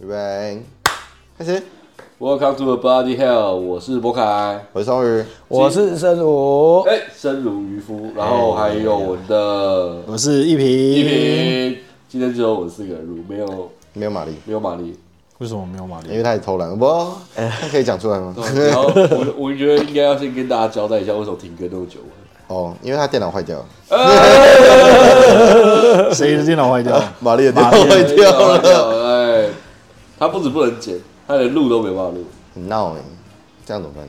预备，开始。 Welcome to the Body Hell，我是博凯，我是双鱼，我是生如，哎、生如渔夫，然后还有我的我是一一平。平，今天只有我们四个人录，没有没有玛丽，没有玛丽，为什么没有玛丽？因为他也偷懒，不，那哎可以讲出来吗？然后我我觉得应该要先跟大家交代一下，为什么停更那么久。 哦，因为他电脑坏掉了，谁的电脑坏掉？玛丽的电脑坏掉了，了，哎，他不止不能剪，他连录都没办法录，很闹哎，这样怎么办？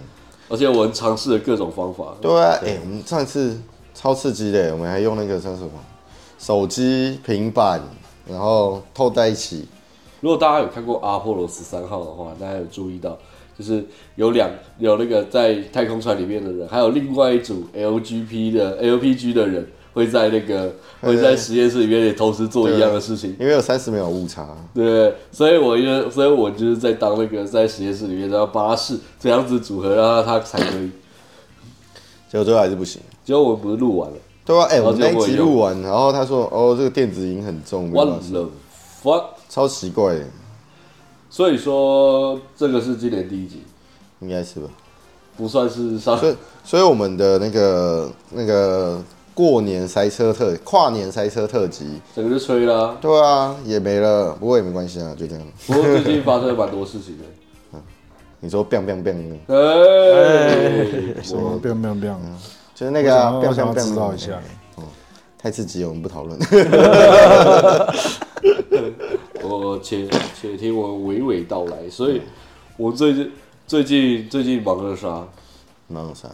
而且我们尝试了各种方法，对啊，哎，我们上次超刺激的，我们还用那个叫什么手机、平板，然后凑在一起，如果大家有看过《阿波罗十三号》的话，大家有注意到，就是有两有那个在太空船里面的人，还有另外一组 LGP 的 LPG 的人，会在那个会在实验室里面也同时做一样的事情。因为有三十秒误差，对，所以我就所以我就是在当那个在实验室里面，然后帮他试这样子组合，让他他才可以。结果最后还是不行。结果我们不是录完了对啊，哎、我后们就那一我集有录完，然后他说，哦，这个电子音很重，没办啊，What 法 the fuck？超奇怪的，所以说这个是今年第一集，应该是吧？不算是上所以，所以我们的那个那个过年塞车特跨年塞车特辑，整个就吹啦、对啊，也没了，不过也没关系啊，就这样。不过最近发生了蛮多事情的。你说 biang biang biang，哎，什么？不用不用不用，就是那个啊我 biang 想 biang 要 biang，知道一下，太刺激了，我们不讨论。 我且且听我娓娓道来。所以，我最近最近最近忙了啥？蛮有啥？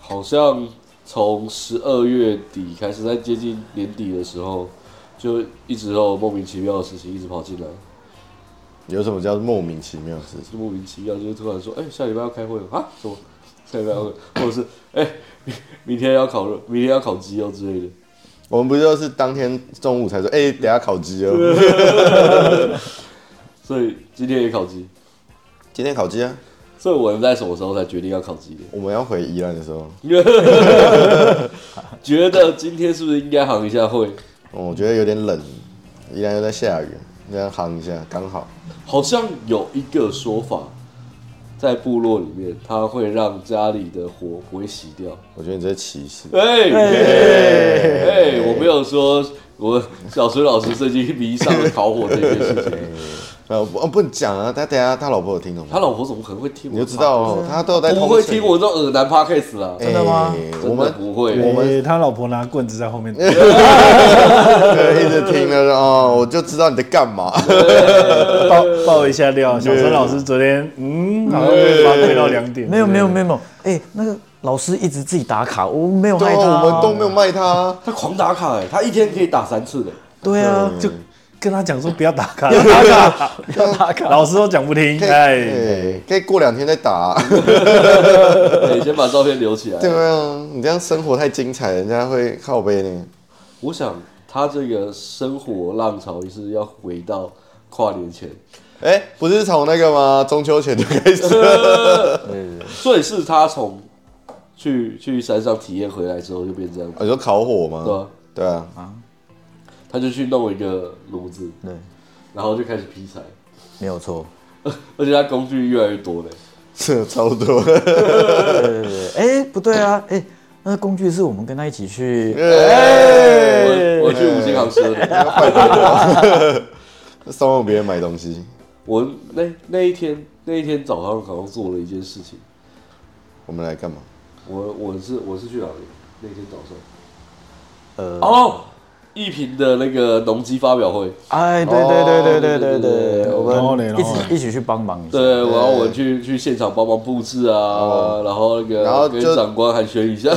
好像从十二月底开始，在接近年底的时候，就一直有莫名其妙的事情一直跑进来，有什么叫莫名其妙的事情？就莫名其妙，就是突然说，哎、下礼拜要开会了啊？什么？下礼拜要开会，或者是哎、明明天要烤肉，明天要烤鸡肉之类的。我们不就是当天中午才说，哎、等一下烤鸡哦，所以今天也烤鸡，今天烤鸡啊，所以我们在什么时候才决定要烤鸡的？我们要回宜兰的时候， 觉得今天是不是应该行一下会？我觉得有点冷，宜兰又在下雨，这样夯一下刚好。好像有一个说法，在部落里面，它会让家里的火不会熄掉。我觉得你这是歧视。哎哎，我没有说，我小孙老师最近迷上了烤火这件事情。呃，不哦不能讲啊，他等一下他老婆有听懂他吗？老婆怎么可能会听我？你就知道，哦，他都有在不通会勤听我这种耳男 podcast 啦。哎真的吗我真的们不会，我们诶他老婆拿棍子在后面，对一直听了哦，我就知道你在干嘛。爆爆一下料。小陈老师昨天，嗯，好像被罚跪到两点。没有没有没有没有，哎、那个老师一直自己打卡，我没有害对他、啊，啊，我们都没有卖他。他狂打卡哎，他一天可以打三次 的。对啊，就跟他讲说不要打卡，不要打卡。老师都讲不听，哎，哎，可以过两天再打。 对，哎先把照片留起来。对啊，你这样生活太精彩，人家会靠背呢。我想他这个生活浪潮是要回到跨年前，哎，不是从那个吗？中秋前就开始。所以是他从去去山上体验回来之后就变这样，哦你说烤火对吗？吧？对啊， 他就去弄一个炉子，对，然后就开始劈柴，没有错。而且他工具越来越多嘞。这超多。对对对，哎、不对啊，哎、那个工具是我们跟他一起去，哎我我去五金行吃的，骚扰别人买东西，我那那一天那一天早上好像做了一件事情，我们来干嘛？我我是我是去哪里？那天早上，呃，哦，一平的那个农机发表会。哎，对对对对对对对对，然后我嘞们一然后起一起去帮忙一下。对，然后我去去现场帮忙布置啊，然后那个哦然后跟就啊长官寒暄一下，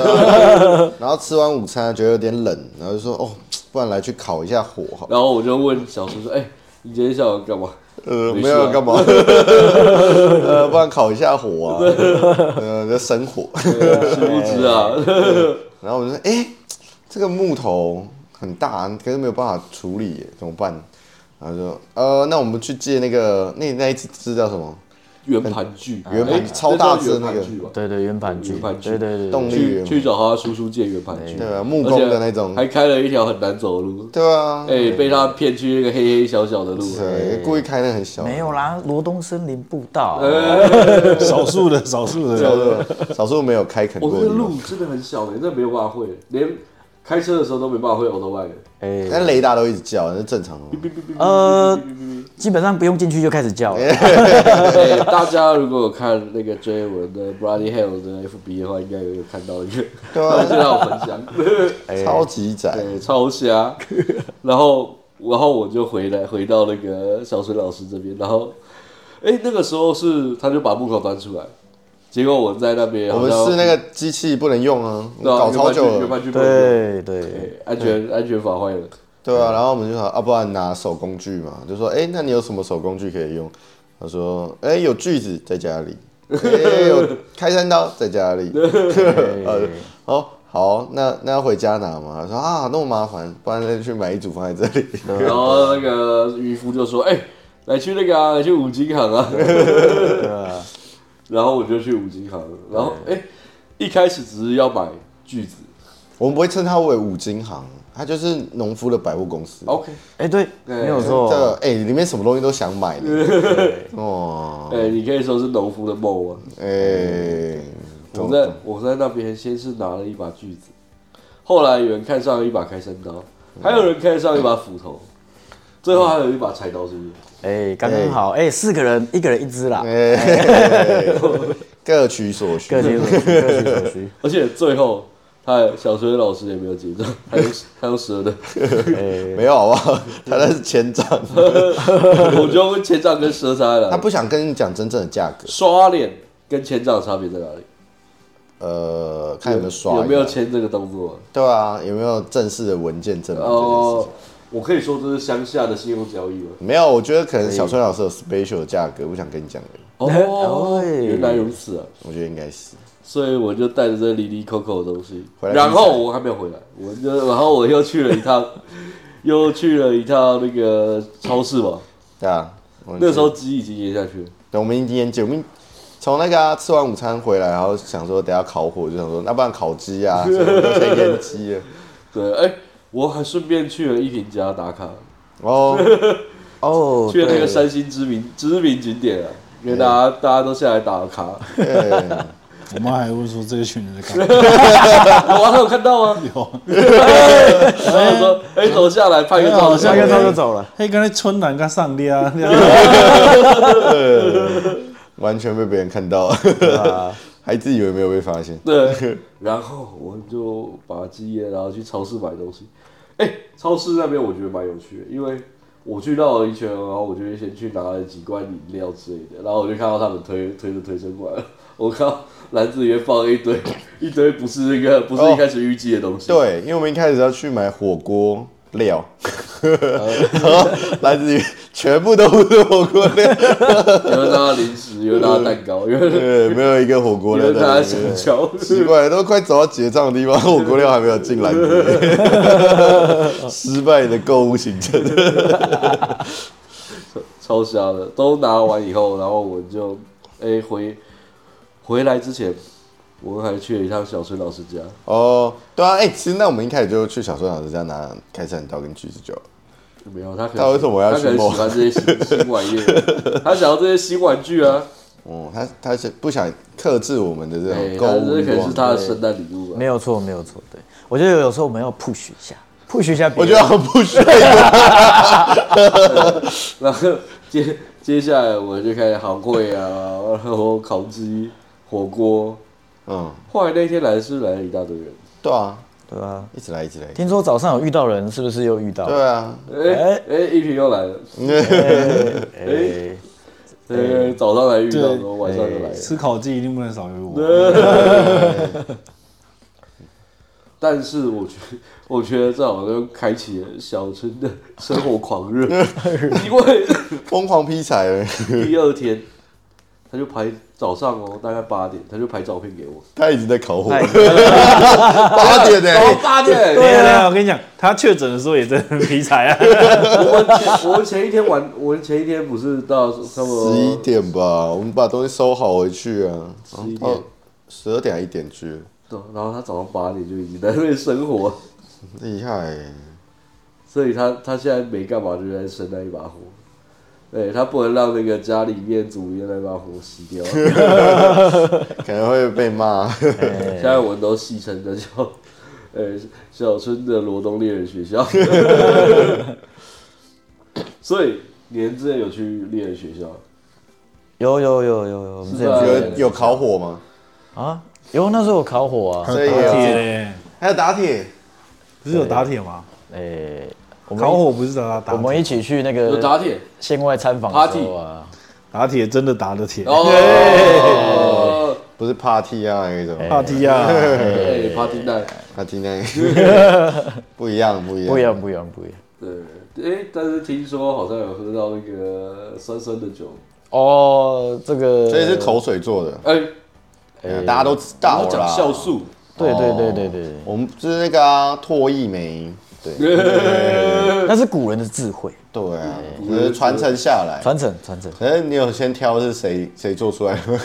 然后吃完午餐觉得有点冷，然后就说哦，不然来去烤一下火好了。 然后我就问小叔说：“哎、你今天下午干嘛呃，没事啊没有干嘛， 呃，不然烤一下火 啊，呃，就生火。？” 殊不知啊，哎然后我就说，哎、这个木头很大，可是没有办法处理耶，怎么办？然后就，呃，那我们去借那个那那一只叫什么？ 圆盘锯，圆盘哎超大这叫只那个圆盘锯吧对对，圆盘锯，圆盘锯对对动对，力去圆去找他叔叔借圆盘锯，对啊木工的那种而且还开了一条很难走的路，对啊，哎、被他骗去那个黑黑小小的路，对，故意开那很小，没有啊啦，罗东森林步道，少数的少数少的，数啊少数没有开垦我过哦的那个地方路真的很小的、那没有办法会，连开车的时候都没办法会 o l d y 哎，但雷达都一直叫，那是正常的吗。呃，基本上不用进去就开始叫了，哎，大家如果有看那个追文的 Brady Hill 的 FB 的话，应该有有看到一个，对我 啊现在有分享，超级窄，哎对，超瞎。然后，然后我就回来回到那个小水老师这边，然后，哎，那个时候是他就把木口端出来，结果我在那边我好们像，是那个机器不能用啊，对啊搞超久约了，饭去约饭去对对，对安全安全法坏了，对啊，然后我们就说啊，不然拿手工具嘛，就说哎、那你有什么手工具可以用？他说哎、有锯子在家里，哎、有开山刀在家里， 呃，哦好，那那要回家拿嘛？他说啊，那么麻烦，不然再去买一组放在这里。然后那个渔夫就说，哎，来去那个啊，来去五金行啊。然后我就去五金行，然后哎，一开始只是要买锯子。我们不会称它为五金行，它就是农夫的百货公司。 OK，哎对，对没有这个错，哎、里面什么东西都想买的哦，哎、你可以说是农夫的梦啊。哎、哦我在我在那边先是拿了一把锯子，后来有人看上了一把开山刀，还有人看上一把斧头，最后还有一把柴刀，是不是？哎，刚刚好，哎，四个人，一个人一只啦，各取所需各。取所需，各取所需，而且最后他小学老师也没有结账，他用他用折的，没有好不好？ 他那是千丈，我就问千丈跟蛇差他了，不想跟你讲真正的价格，刷脸跟千丈的差别在哪里？呃，看有没有刷，有没有？签这个动作、对啊，有没有正式的文件证明这件事哦情？，我可以说这是乡下的信用交易 吗？没有，我觉得可哎能小春老师有 special 的价格，不想跟你讲的，哦，原来如此啊！我觉得应该是。所以我就带着这离离扣扣的东西回，来然后我还没有回来，我就然后我又去了一趟， 又去了一趟那个超市嘛。对啊，我那时候鸡已经噎下去了，对我们已经研究，我们从那个、啊、吃完午餐回来，然后想说等一下烤火，就想说那不然烤鸡啊，什么的先腌鸡了。对，哎、我还顺便去了一平家打卡，哦，哦，去了那个对三星知名知名景点啊，因为大家大家都下来打卡，对，我妈还会说这一群人在干嘛？我还有看到啊，有然后说， 哎、走下来拍个照，哎下个他就走了，嘿，刚才春兰刚上的啊，完全被别人看到，啊 还自以为没有被发现。 对，然后我就把鸡耶，然后去超市买东西。哎、超市那边我觉得蛮有趣的，因为我去绕了一圈，然后我就先去拿了几罐饮料之类的，然后我就看到他们推推着推车过来，我靠，篮子里面放了一堆一堆不是那个不是一开始预计的东西，哦对，因为我们一开始要去买火锅料，然呃后 来自于全部都不是火锅 料，有人拿零食，有人拿蛋糕，有人对，没有一个火有锅料人拿在香里面。蕉，奇怪，都快走到结账的地 方，火锅料还没有进来，失败的购物行程。超瞎的，都拿完以后，然后我就哎、回回来之前，我还去了一趟小春老师家。哦，对啊，哎、其实那我们一开始就去小孙老师家拿开山刀跟锯子就好了，没有，他可能他为什么要他可能去喜摸欢这些新新玩意 儿，他想要这些新玩具啊。哦，他他是不想克制我们的这对，种哎他购物这可欲能是望。他的圣诞礼物吧没。有错，没有错，对，我觉得有时候我们要 push 一下，push 一下别我人，觉得好不需要。然后接接下来我就开始行会啊，然后烤鸡、火锅。嗯，后来那天来是来了一大堆人，对啊，对啊，一直来，一直来。听说早上有遇到人，是不是又遇到？对啊，哎、哎、一平又来了，哎，那个哎早上来遇到，对然后晚上又来了。吃烤鸡一定不能少于我。但是我觉得，我觉得这好像开启了小春的生活狂热，因为疯狂劈柴了。第二天，他就排早上哦，大概八点，他就排照片给我。他一直在考我，八点呢、早八点，对啊，我跟你讲，他确诊的时候也在劈柴啊，我们前我们前一天晚，我们前一天不是到差不多十一点吧，我们把东西收好回去啊。 11点十二点还一点去了，对然后他早上八点就已经在那边生活，厉害欸、所以他他现在没干嘛，就在生那一把火。对他不能让那个家里面祖爷那把火熄掉。可能会被骂。现在我们都戏称这叫， 呃，小春的罗东猎人学校。 所以年之前有去猎人学校，有有有有有，我们是这有吧有有烤火吗？啊，有那时候有烤火啊，所以打铁有嘞，还有打铁，不是有打铁吗？哎，我们烤火不是打打我们铁一起去那有个打铁县外参访的时候啊，打铁真的打的铁，哦，不是 party 啊那种帕提亚，哦哎，party night， ，party 那 不一样，不一样，不一样不一样不一样。对，哎，但是听说好像有喝到那个酸酸的酒，哦，这个所以是口水做的，哎，大家都知道我啦。讲酵素，对对对对对，我们就是那个啊唾液酶， 对对那是古人的智慧对啊，就是传承下来。传承传承。可是你有先挑是谁谁做出来的吗？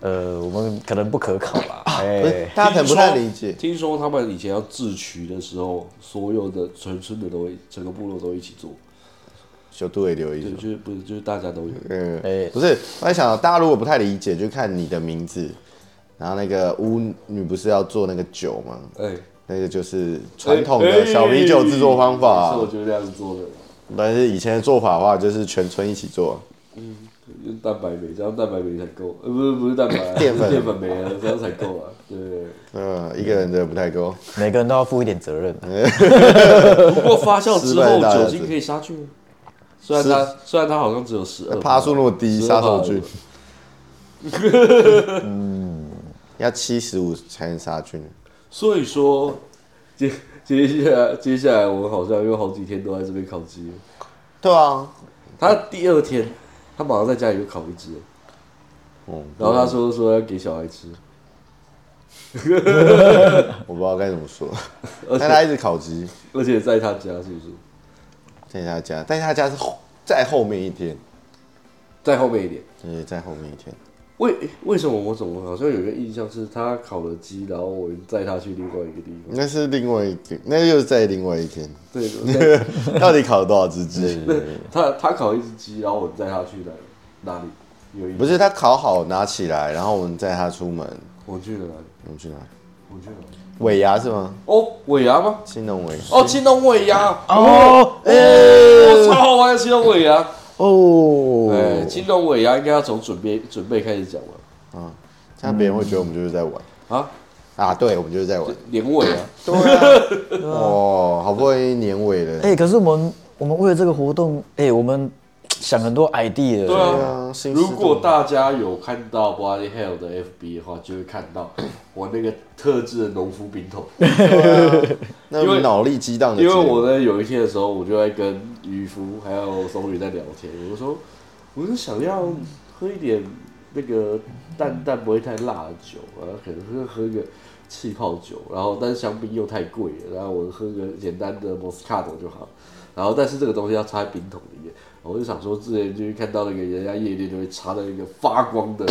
呃，我们可能不可考啦。不是哎，大家可能不太理解，听说他们以前要自取的时候，所有的全村的都会，整个部落都一起做，小杜也留一对，手。就是不是就是大家都有。嗯，哎不是，我在想，大家如果不太理解，就看你的名字。然后那个巫女不是要做那个酒吗？哎，那个就是传统的小米酒制作方哎是法啊我，就这样做的，但是以前的做法的话，就是全村一起做。用蛋白酶，这样蛋白酶才够，呃，不是不是蛋白啊，淀粉是 淀粉酶啊，这样才够啊。对，嗯，一个人的不太够。每个人都要负一点责任啊。不过发酵之失败大后家酒精可以杀菌，啊虽然它虽然它好像只有十二趴数那么低， 12杀手菌 吧。嗯要七十五才能杀菌。所以说，接接下来接下来我们好像有好几天都在这边烤鸡了。对啊，他第二天，他马上在家里就烤一只，嗯，然后他说说要给小孩吃，我不知道该怎么说。而但且他一直烤鸡，而且在他家是不是？在他家，但是他家是后在后面一天，在后面一点。对，嗯在后面一天。为为什么我怎么好像有一个印象是他烤了鸡，然后我载他去另外一个地方？那是另外一天，那又是在另外一天。 对，我载 到底烤了多少只鸡？他他烤一只鸡，然后我载他去哪里？哪里？有一不是他烤好拿起来，然后我们载他出门。我去了哪里？我们去哪里？我去了哪里？尾牙是吗？哦，尾牙吗？青龙尾。哦，青龙尾牙，哦哦，超好玩的青龙尾牙。哎，哦，青龙尾牙应该要从准备准备开始讲吧？啊，这样别人会觉得我们就是在玩啊，啊，对，我们就是在玩。年尾啊，哦，好不容易年尾了。哎，可是我们我们为了这个活动，哎，我们想很多 idea。对对啊。啊，新如世果代大家有看到 Body Hell 的 FB 的话，就会看到我那个特制的农夫冰桶。那因为脑力激荡的因节为目，我在有一天的时候，我就在跟渔夫还有松宇在聊天，我就说，我就想要喝一点那个淡淡不会太辣的酒，然后可能喝喝一个气泡酒，然后但是香槟又太贵了，然后我喝个简单的 Moscato 就好。然后但是这个东西要插在冰桶里面，我就想说之前就是看到那个人家夜店就会插在一个发光的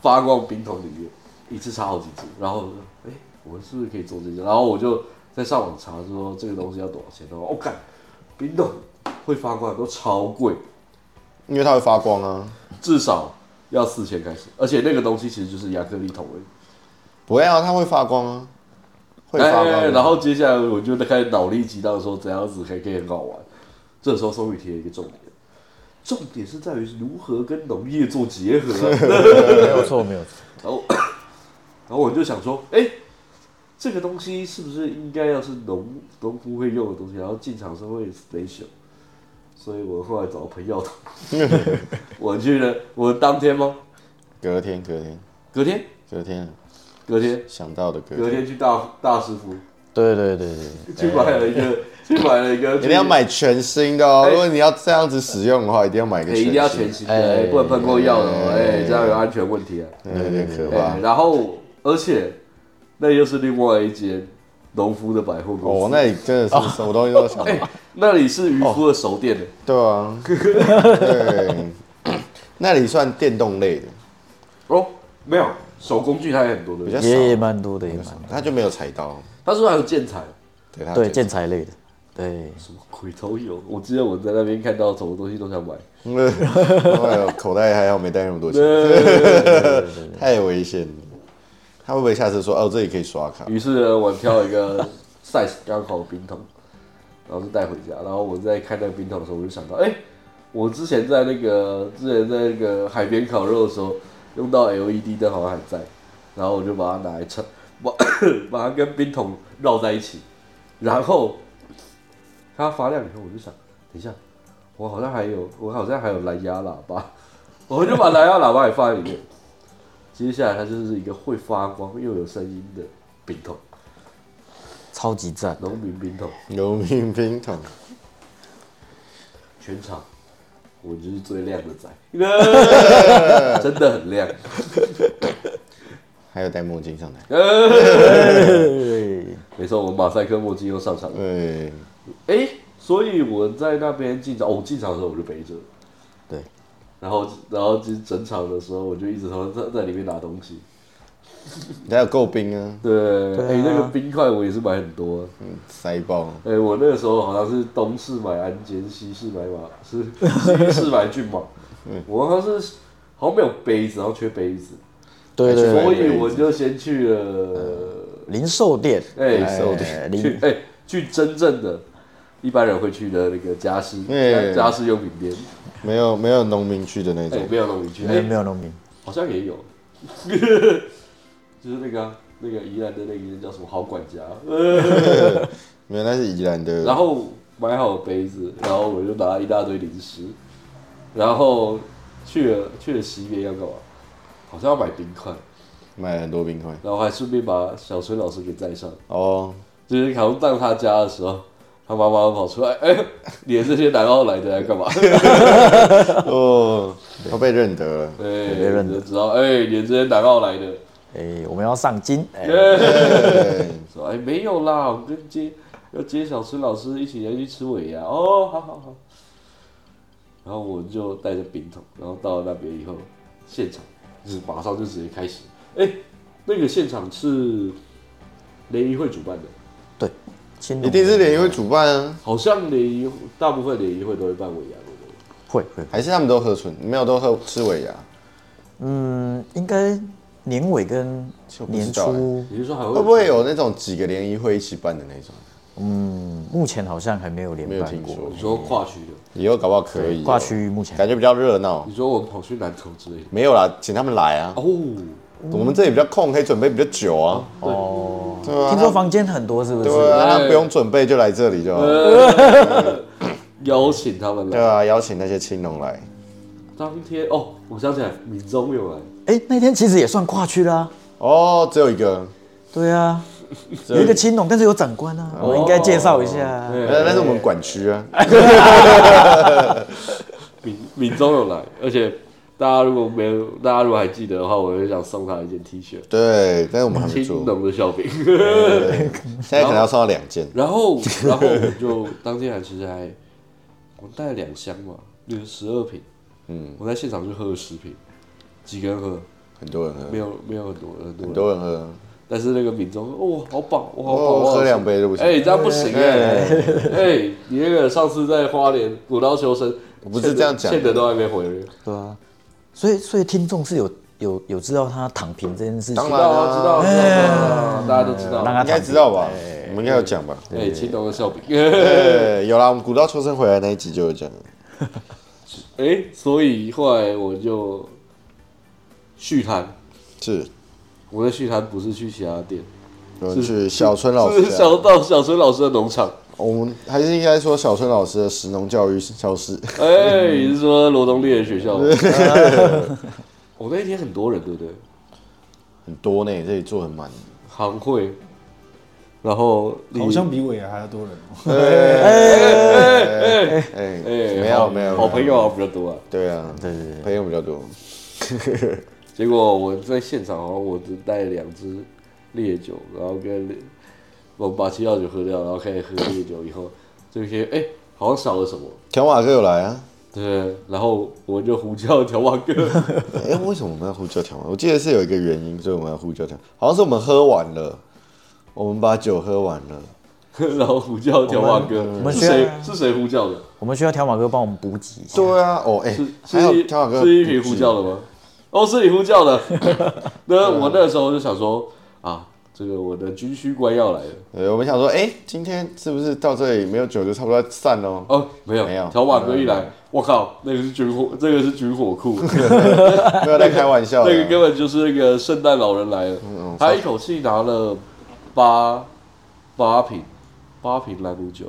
发光冰桶里面，一次插好几支，然后我就说，哎、我们是不是可以做这些？然后我就在上网查说这个东西要多少钱，然后我哦看、干冰桶会发光的都超贵，因为它会发光啊，至少要四千开始，而且那个东西其实就是亚克力桶而已。不会啊，它会发光啊，会哎发光的。然后接下来我就开始脑力激荡，说怎样子还可以很好玩。这时候松雨提了一个重点，重点是在于如何跟农业做结合啊、没有错没有错。然后，然后我就想说，哎、这个东西是不是应该要是农农夫会用的东西，然后进场是会 special？所以我后来找 朋友，我去了，我当天吗？隔天，隔天，隔天，隔天隔天，想到的隔隔天，天去大大师傅，对对对对，去买了一哎个，去买了一个，一定要买全新的哦。如果你要这样子使用的话，一定要买一个哎，全新一定的要，全新的，哎，不能喷过药的哦，哎，这样有安全问题啊。嗯有点可怕哎，。然后而且那又是另外一间农夫的百货公哦，司，那里真的是什么东西都想哎买。那里是渔哦夫的手电的，对啊，对，那里算电动类的，哦，没有手工具它也很多比的，较也也少，啊蛮多的，也蛮多他就没有柴刀，它是不是还有建材？对，他对建材类的，对，什么鬼都有。我记得我在那边看到什么东西都想买，我哦口袋还好没带那么多钱，太危险了。他会不会下次说哦，这里可以刷卡？于是呢，我挑一个 size 刚好的冰桶，然后就带回家。然后我在看那个冰桶的时候，我就想到，哎、我之前在那个之前在那个海边烤肉的时候用到 LED 灯，好像还在。然后我就把它拿来衬，把 把它跟冰桶绕在一起，然后它发亮以后，我就想，等一下，我好像还有我好像还有蓝牙喇叭，我就把蓝牙喇叭也放在里面。接下来它就是一个会发光又有声音的冰桶，超级赞，农民冰桶，农民冰桶，全场我就是最亮 的仔，哎真的很亮。还有戴墨镜上来。对，哎没错，我马赛克墨镜又上嗯场了。对，哎、所以我在那边进场，哦，我进场的时候我就背着，对，然后然后就是整场的时候我就一直从在在里面拿东西。你还有够冰啊，对，哎、对啊那个冰块我也是买很多、嗯塞爆。哎、我那个时候好像是东市买安监，西市买马，是西市买骏马。嗯我好像是好像没有杯子，然后缺杯子，对对对所杯以子我就先去了，零售店，哎、售哎去零哎、去真正的一般人会去的那个家私哎家私用品店，没有没有农民区的那哎、种，没有弄进去，哎、没有没有农民，好像也有， 就是那个啊、那个宜兰的那个叫什么好管家，没有那是宜兰的。然后买好杯子，然后我就拿一大堆零食，然后去了去了西边要干嘛？好像要买冰块，买了很多冰块然后还顺便把小崔老师给载上。哦，就是好像到他家的时候，他妈妈跑出来，哎、你的这些南澳来的来干嘛？哦， 他被认得了。哎、认你就知道，哎、你的这些南澳来的。哎，我们要上金，哎，说哎没有啦，我跟接要接小孙老师一起要去吃尾牙哦，好好好。然后我就带着冰桶，然后到了那边以后，现场就是马上就直接开始。哎，那个现场是联谊会主办的，对，青农一定是联谊会主办啊，好像联谊大部分联谊会都会办尾牙，对不对？会会，还是他们都喝纯，没有都喝吃尾牙？嗯，应该年尾跟其实我不知年道哎初，你是说还会会不会有那种几个联谊会一起办的那种？嗯，目前好像还没有没联有办听过，说你，说跨区的？以后搞不好可以哦跨区目前感觉比较热闹你。说我们跑去南投之类的？没有啦，请他们来啊，哦，我们这里比较空，可以准备比较久啊。哦，对啊听说房间很多是不是？对啊，哎他不用准备就来这里就好。邀请他们对来。啊，邀请那些青农来，当天哦，我想起来，闽中有来。哎，那天其实也算跨区啦，哦，只有一个，对啊，有一个青农，但是有长官啊，我应该介绍一下。对那那是我们管区啊。闽闽中有来，而且大家如果没有，大家如果还记得的话，我就想送他一件 T 恤，对，但是我们还没青做，农的笑柄。现在可能要送到两件。然后，然后我就当天还其实还，我带了两箱嘛，就是十二瓶，嗯，我在现场就喝了十瓶，几个人喝，很多人喝，没有没有很多很多很人，多人喝，但是那个闽中，哦，好棒，我好棒，哦我好喝两杯就不行哎，这样不行哎，哎，你那个上次在花莲古道求生，我不是这样讲的欠的都还没回，对啊，所以所以听众是有有有知道他躺平这件事情，当知然道啊知道啊知道啊，大家都知道，让他应该知道吧？我们应该有讲吧？哎，青龙的笑柄。 对，哎有啦，我们古道秋生回来那一集就有讲。哎，所以后来我就续摊，是，我的续摊不是去其他店，有人去小春老师是小家，到小孙老师的农场。我们还是应该说小春老师的食农教育教室。 哎，你是说罗东猎人学校吗？我那一天很多人，对不对？很多呢，这里坐很满。行会，然后你好像比尾牙还要多人哦。哎哎，没有好没有，好朋友好像比较多啊。对啊，对对朋友比较多。结果我在现场，好像我只带了两支烈酒，然后跟我把七药酒喝掉，然后开始喝烈酒以后，就觉得哎、好像少了什么。条马哥有来啊？对，然后我就呼叫条马 哥，哎，为什么我们要呼叫条马？我记得是有一个原因，所以我们要呼叫条。好像是我们喝完了，我们把酒喝完了。然后呼叫条马哥我，们是需要谁是谁呼叫的？我们需要条马哥帮我们补给一下。对啊，哦哎是，还有是条马哥一是一瓶呼叫的吗？哦，是你呼 叫的。那我那时候就想说啊，这个我的军需官要来了。呃，我们想说，哎、今天是不是到这里没有酒就差不多要散喽？哦，没有没有条马哥一来，我靠，那个是军火，这个是军 火库，没有在开玩笑的 那个根本就是那个圣诞老人来嗯了。他一口气拿了八八瓶八瓶兰姆酒，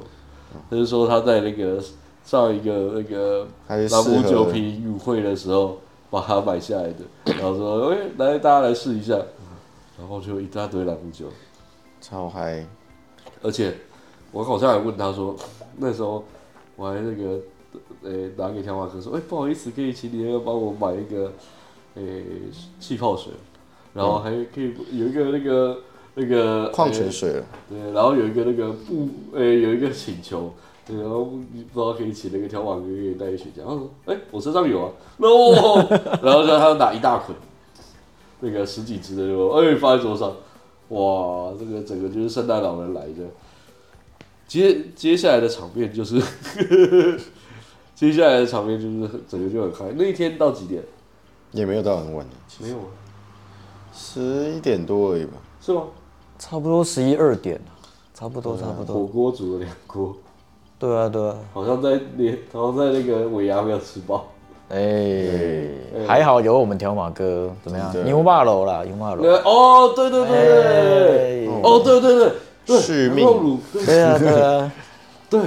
就是说他在那个上一个那个还是适朗合姆酒瓶舞会的时候把它买下来的，然后说：“哎、来，大家来试一下。”然后就一大堆朗姆酒，超嗨，而且我好像还问他说，那时候我还那个呃、打给天马哥说：“哎、不好意思，可以请你那个帮我买一个呃、气泡水，然后还可以有一个那个那个嗯矿呃泉水了，对，然后有一个那个不，呃、有一个请求，对，然后不知道可以请那个条网哥给你带一起讲，然后说，哎、我身上有啊，no，然 后就他就拿一大捆，那个十几只的就，哎、放在桌上，哇，这个整个就是圣诞老人来的。接接下来的场面就是，接下来的场面就是整个就很嗨。那一天到几点？也没有到很晚，没有啊，十一点多而已吧。是吗？差不多十一二点了，差不多差火不多。锅煮了两锅，啊对啊对啊，好像在连好像在那个尾牙没有吃饱。哎，还好有我们条马哥，怎么样真？的牛骂楼啦，牛骂楼。呃哦，对对对对，哎哦对对对，对续命羊肉乳，对对啊对啊，对，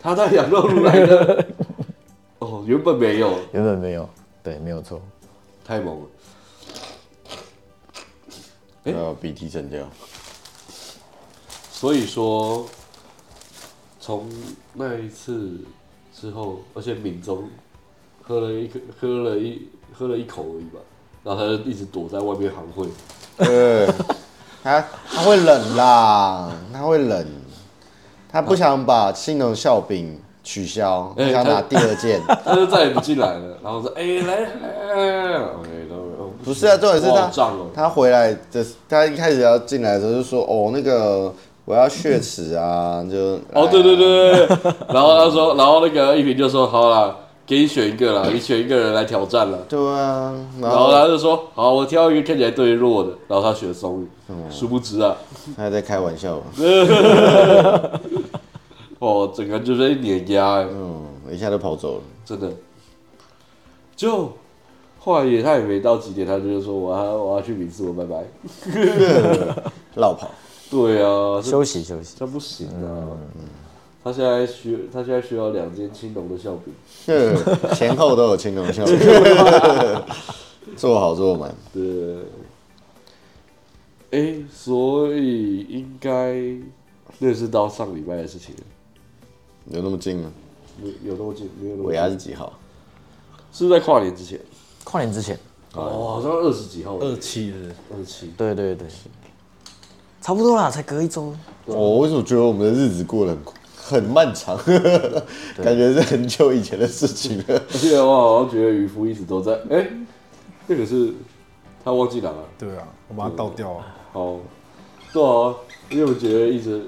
他带羊肉乳来的，哦，原本没有，原本没有，对，没有错。太猛了，哎要鼻涕整掉，所以说，从那一次之后，而且敏中喝了一口，喝了一喝了一口而已吧，然后他就一直躲在外面行会，对，他他会冷啦，他会冷，他不想把新农笑柄取消，他哎想他拿第二 件。他就再也不进来了，然后说哎来来来，OK，然后不是啊，重点是他胀哦，他回来的时，他一开始要进来的时候就说，哦，那个我要血池啊，就哦，对对，对对，然后他说，然后那个一平就说，好啦，给你选一个啦，你选一个人来挑战了。对啊，然然后后他就说，好，我挑一个看起来最弱的，然后他选松雨，殊不知啊，他在开玩笑吧，哦，整个就是一碾压、欸，嗯，一下就跑走了。真的。就后来也他也没到几点，他就说我要我要去民宿，我拜拜。绕跑， 对啊，这休息休息。这不行啊。他现在需他现在需要两间青龙的笑柄。呵前后都有青龙 笑，做好做满。对，哎，所以应该那是到上礼拜的事情了，有那么近吗？有有那么近，没有那么尾近，牙是几号？是不是在跨年之前？跨年之前，哦，好像二十几号，二期是不是二七，对对对，差不多啦，才隔一周。我为什么觉得我们的日子过得很很漫 长？感觉是很久以前的事情了。而且我好像觉得渔夫一直都在，哎，那个是他忘记拿了，对啊，我把它倒掉啊。好，对啊，因为我觉得一直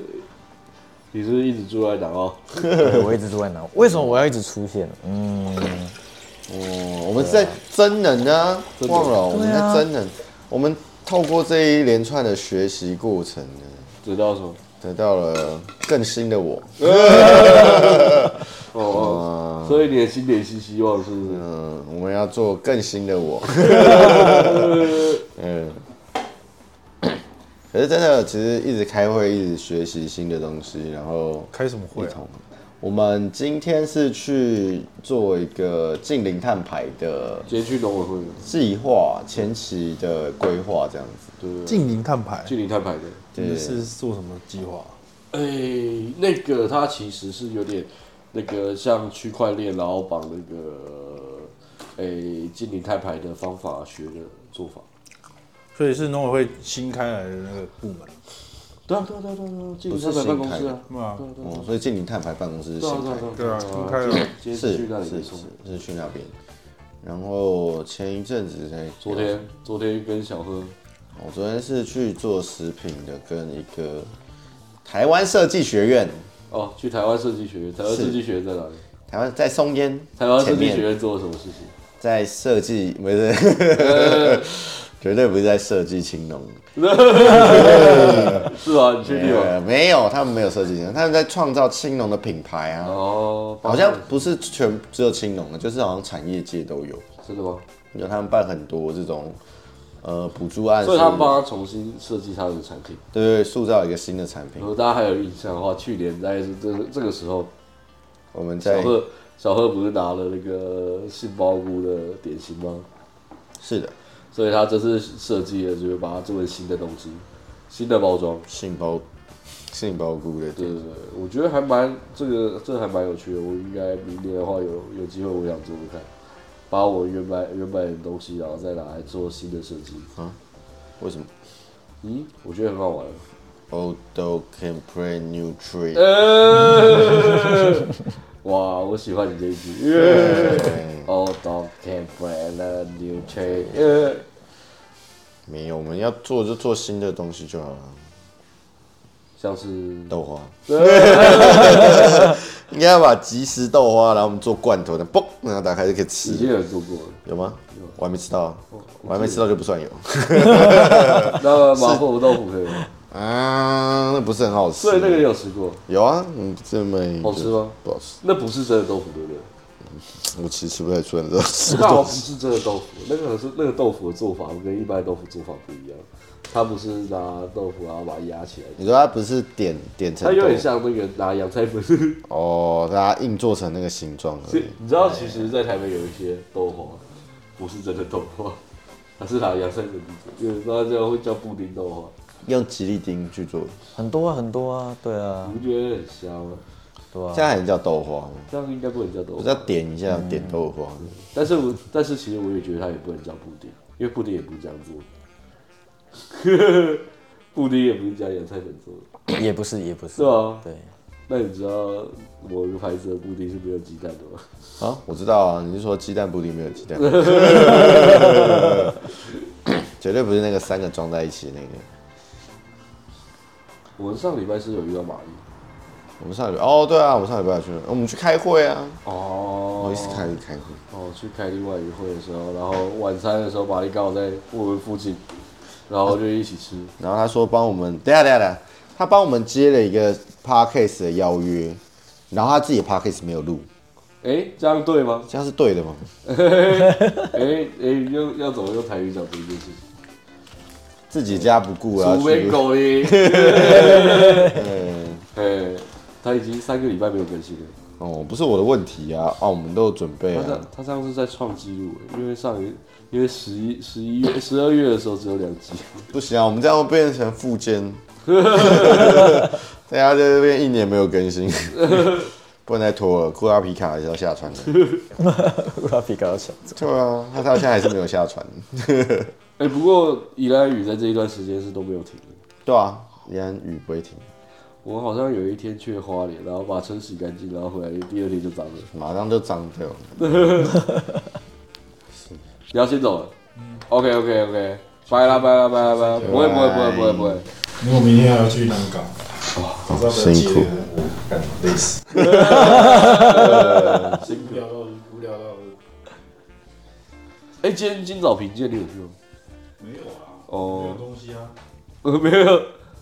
你是不是一直住在南澳，对我一直住在那，为什么我要一直出现？嗯，哦，我们是在真人啊，忘了，我们在真人，我们透过这一连串的学习过程呢，知道什么？得到了更新的我。哦哦，所以你的新年新希望是不是？嗯，我们要做更新的我。嗯，可是真的，其实一直开会，一直学习新的东西，然后开什么一会啊同？我们今天是去做一个近零碳排的直接去农委会了，计划前期的规划，这样子。对不对？近零碳排去零碳排的。你们是做什么计划？哎、那个它其实是有点那个像区块链，然后绑那个哎近零碳排的方法学的做法。所以是农委会新开来的那个部门，对啊，对啊，对啊，对啊对啊，近零不是碳排新办公室啊，嘛对啊，对啊哦，所以近零碳排办公室是新对啊，开的。对啊，新对开啊的对啊，今天是去那里是没错。是是去那边。然后前一阵子才昨，天，昨天跟小贺，我昨天是去做食品的，跟一个台湾设计学院，哦，去台湾设计学院，台湾设计学院在哪里？台湾在松烟，台湾设前计面学院做了什么事情？在设计，不是，呃 绝对不是在设计青农，是啊，你确定吗？呃没有，他们没有设计青农，他们在创造青农的品牌啊，哦，好像不是全只有青农的，就是好像产业界都有，真的吗？有他们办很多这种呃补助案，所以他们是帮他重新设计他的产品。对对，对塑造一个新的产品如。果大家还有印象的话，去年大概是这这个时候，我们在小贺小贺不是拿了那个杏鲍菇的点心吗？是的，所以他这次设计了，就是把它做成新的东西，新的包装。杏鲍杏鲍菇的对店对对，我觉得还蛮这个这还蛮有趣的。我应该明年的话有有机会，我想做做看，把我原本原本的东西，然后再拿来做新的设计。为什么咦，我觉得很好玩。 ？Old dog can plant new tree。 呃，哇，我喜欢你这一 句。对哦 dog can plant a new tree。呃没有，我们要做就做新的东西就好了。像是豆花， 应该要把即食豆花，然后我们做罐头的，嘣，然后打开就可以已经吃。有哦人做过了，有吗？我还没吃到啊，我还没吃到就不算有。那麻婆豆腐可以 吗？啊，那不是很好吃所以。那个你有吃过？有啊，嗯，这么好吃哦吗？不好吃，那不是真的豆腐，对不对？我其实吃不太出来这是那好不是真的豆腐，那个是那个豆腐的做法跟一般的豆腐做法不一样，它不是拿豆腐然后把它压起来， 你说它不是点点成它有豆点像那个拿洋菜粉。哦，它硬做成那个形状而所以已。你知道，其实，在台北有一些豆花，不是真的豆花， 它是拿洋菜粉制作，有时候这样会叫布丁豆花，用吉利丁去做，很多啊，很多啊，对啊你，不觉得很香吗？对啊现。在还能叫豆花吗？这样应该不啊能叫我豆花再，点一下点豆花，但是我但是其实我也觉得它也不能叫布丁，因为布丁也不是这样做的， 布丁也不是加洋菜粉做的。嗯也不是，也不是，啊是吗对，那你知道某个牌子的布丁是没有鸡蛋的吗？啊，我知道啊，你是说鸡蛋布丁没有鸡 蛋？绝对不是那个三个装在一起那个。我们上礼拜是有遇到玛丽我们上礼拜哦，对啊，我们上礼拜去了，我们去开会啊，不哦好意思开会开会，哦，去开另外一个会的时候，然后晚餐的时候，玛丽刚好在我们附近，然后就一起吃。然后他说帮我们，等一下等一下等一下，他帮我们接了一个 podcast 的邀约，然后他自己的 podcast 没有录，哎、这样对吗？ 这样是对的吗？哎、哎、要要怎么用台语讲这件事情？自己家不顾啊，除非去 狗哩。嗯哎、他已经三个礼拜没有更新了。哦，不是我的问题啊，哦，我们都有准备他啊上，他上次在创纪录，因为上一因为十一十一月十二月的时候只有两集。 不行啊，我们这样会变成附 件，大家在这边一年没有更 新，不能再拖了，库拉皮卡还是要下船的，乌拉皮卡要抢走。对啊，他到现在还是没有下船，哎、不过宜兰语在这一段时间是都没有停的。对啊，依然雨不会停。我好像有一天去花莲，然后把车洗干净，然后回来第二天就脏了。马上就脏掉了。你要先走了。OK OK OK，拜啦拜啦拜啦拜啦，不会不会不会不会不会。因为我明天还要去南港，早知道不辛要苦接了我干累死。 呃无聊到无聊到哎、今天今早评鉴你有去吗？没有啊，没有哦，东西啊，我没有。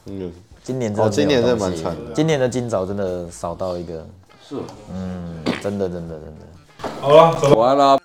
嗯，今年真哦，的，今年真的蛮惨。的。今年的今早真的少到一个，是哦，嗯，真的真的真的。好了，走了。晚安啦。